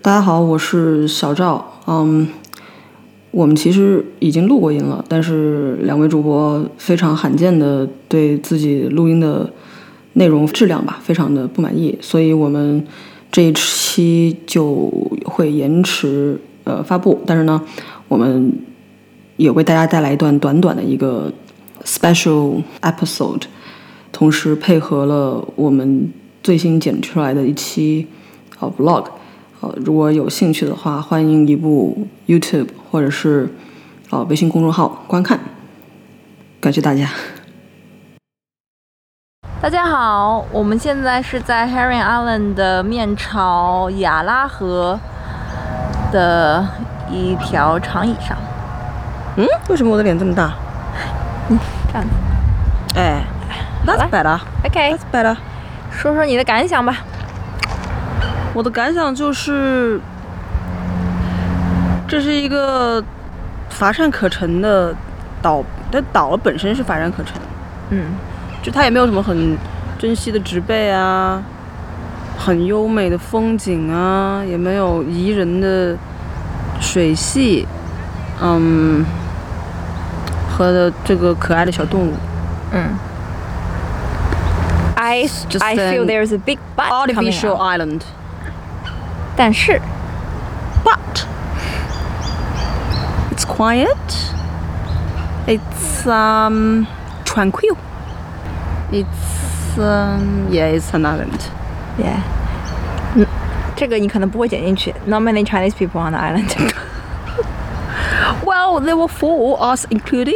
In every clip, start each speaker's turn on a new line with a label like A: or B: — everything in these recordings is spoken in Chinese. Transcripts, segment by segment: A: 大家好，我是小赵。嗯，我们其实已经录过音了，但是两位主播非常罕见的对自己录音的内容质量吧，非常的不满意，所以我们这一期就会延迟呃发布。但是呢，我们也为大家带来一段短短的一个 special episode，同时配合了我们最新剪出来的一期呃 vlog。呃，如果有兴趣的话，欢迎移步 YouTube 或者是呃微信公众号观看。感谢大家。
B: 大家好，我们现在是在 Herring Island 的面朝亚拉河的一条长椅上，
A: 嗯，为什么我的脸这么大？
B: 嗯这样子。
A: 哎，That's better.
B: OK，
A: That's better.
B: 说说你的感想吧。
A: 我的感想就是，这是一个乏善可陈的岛，但岛本身是乏善可陈，
B: 嗯，
A: 就它也没有什么很珍惜的植被啊，很优美的风景啊，也没有宜人的水系，嗯，和这个可爱的小动物。
B: I
A: just
B: I feel
A: an
B: there's a big but coming
A: Artificial
B: out.
A: island,
B: 但是
A: but it's quiet. It's um tranquil. It's um yeah, it's an island.
B: ，Yeah，嗯，这个你可能不会剪进去。Not many Chinese people on the island.
A: Well, there were four us included.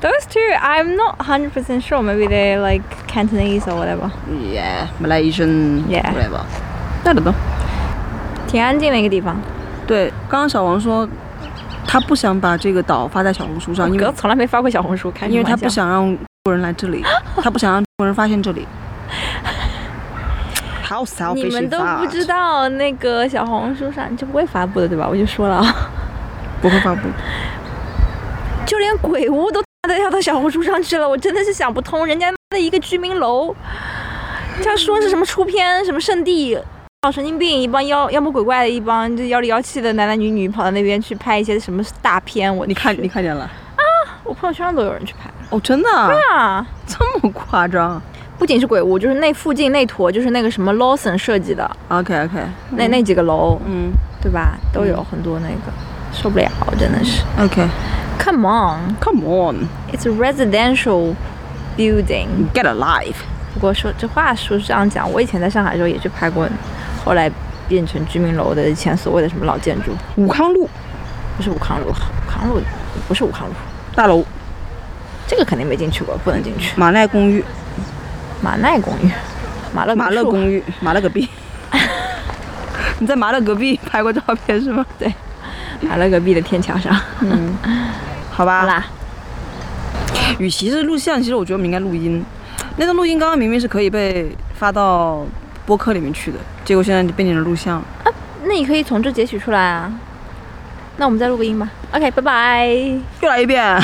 B: Those two, I'm not 100% sure. Maybe they're like Cantonese or whatever.
A: Yeah, Malaysian,
B: Yeah.
A: whatever. I don't know.
B: 挺安静的一个地方，
C: 对，刚刚小王说他不想把这个岛发在小红书上，因
B: 哥
C: 为
B: 从来没发过小红书，开什么
C: 因为他
B: 玩笑
C: 不想让中国人来这 里，他不想让中国人发现 这里。How selfish
B: 你们
C: is
B: 都不
C: that？
B: 知道那个小红书上你就不会发布的对吧？我就说了啊，
C: 不会发布。
B: 就连鬼屋都他的要到小红书上去了，我真的是想不通，人家的一个居民楼，他说是什么出片什么圣地。哦，神经病！一帮妖妖魔鬼怪的一帮就妖里妖气的男男女女跑到那边去拍一些什么大片，我
C: 你看，
B: 去
C: 你看见了？
B: 我朋友圈上都有人去拍
C: 哦，真的啊、
B: 啊！
C: 这么夸张啊
B: 不仅是鬼屋，就是那附近那坨，就是那个什么 Lawson 设计的
C: ？OK OK，
B: 那那几个楼，
C: 嗯
B: 对吧？都有很多那个，受不了，真的是。
C: ，OK，Come
B: Come on,
C: on，get
B: it's a residential building。
C: a life。
B: 不过说这话说是这样讲，我以前在上海的时候也去拍过，后来变成居民楼的以前所谓的什么老建筑，
C: 武康路
B: 不是武康路，武康路不是武康路，
C: 大楼，
B: 这个肯定没进去过，不能进去。
C: 马奈公寓，
B: 马奈公 寓，马勒
C: 马勒
B: 寓，
C: 公寓， 马勒隔壁。你在马勒隔壁拍过照片是吗？
B: 对，马勒隔壁的天桥 上。
C: 啊好吧。
B: 好啦，
C: 与其是录像，其实我觉得我们应该录音。那段录音刚刚明明是可以被发到播客里面去的，结果现在就变成了录像。
B: 那你可以从这截取出来啊。那我们再录个音吧。OK，拜拜。
C: 又来一遍。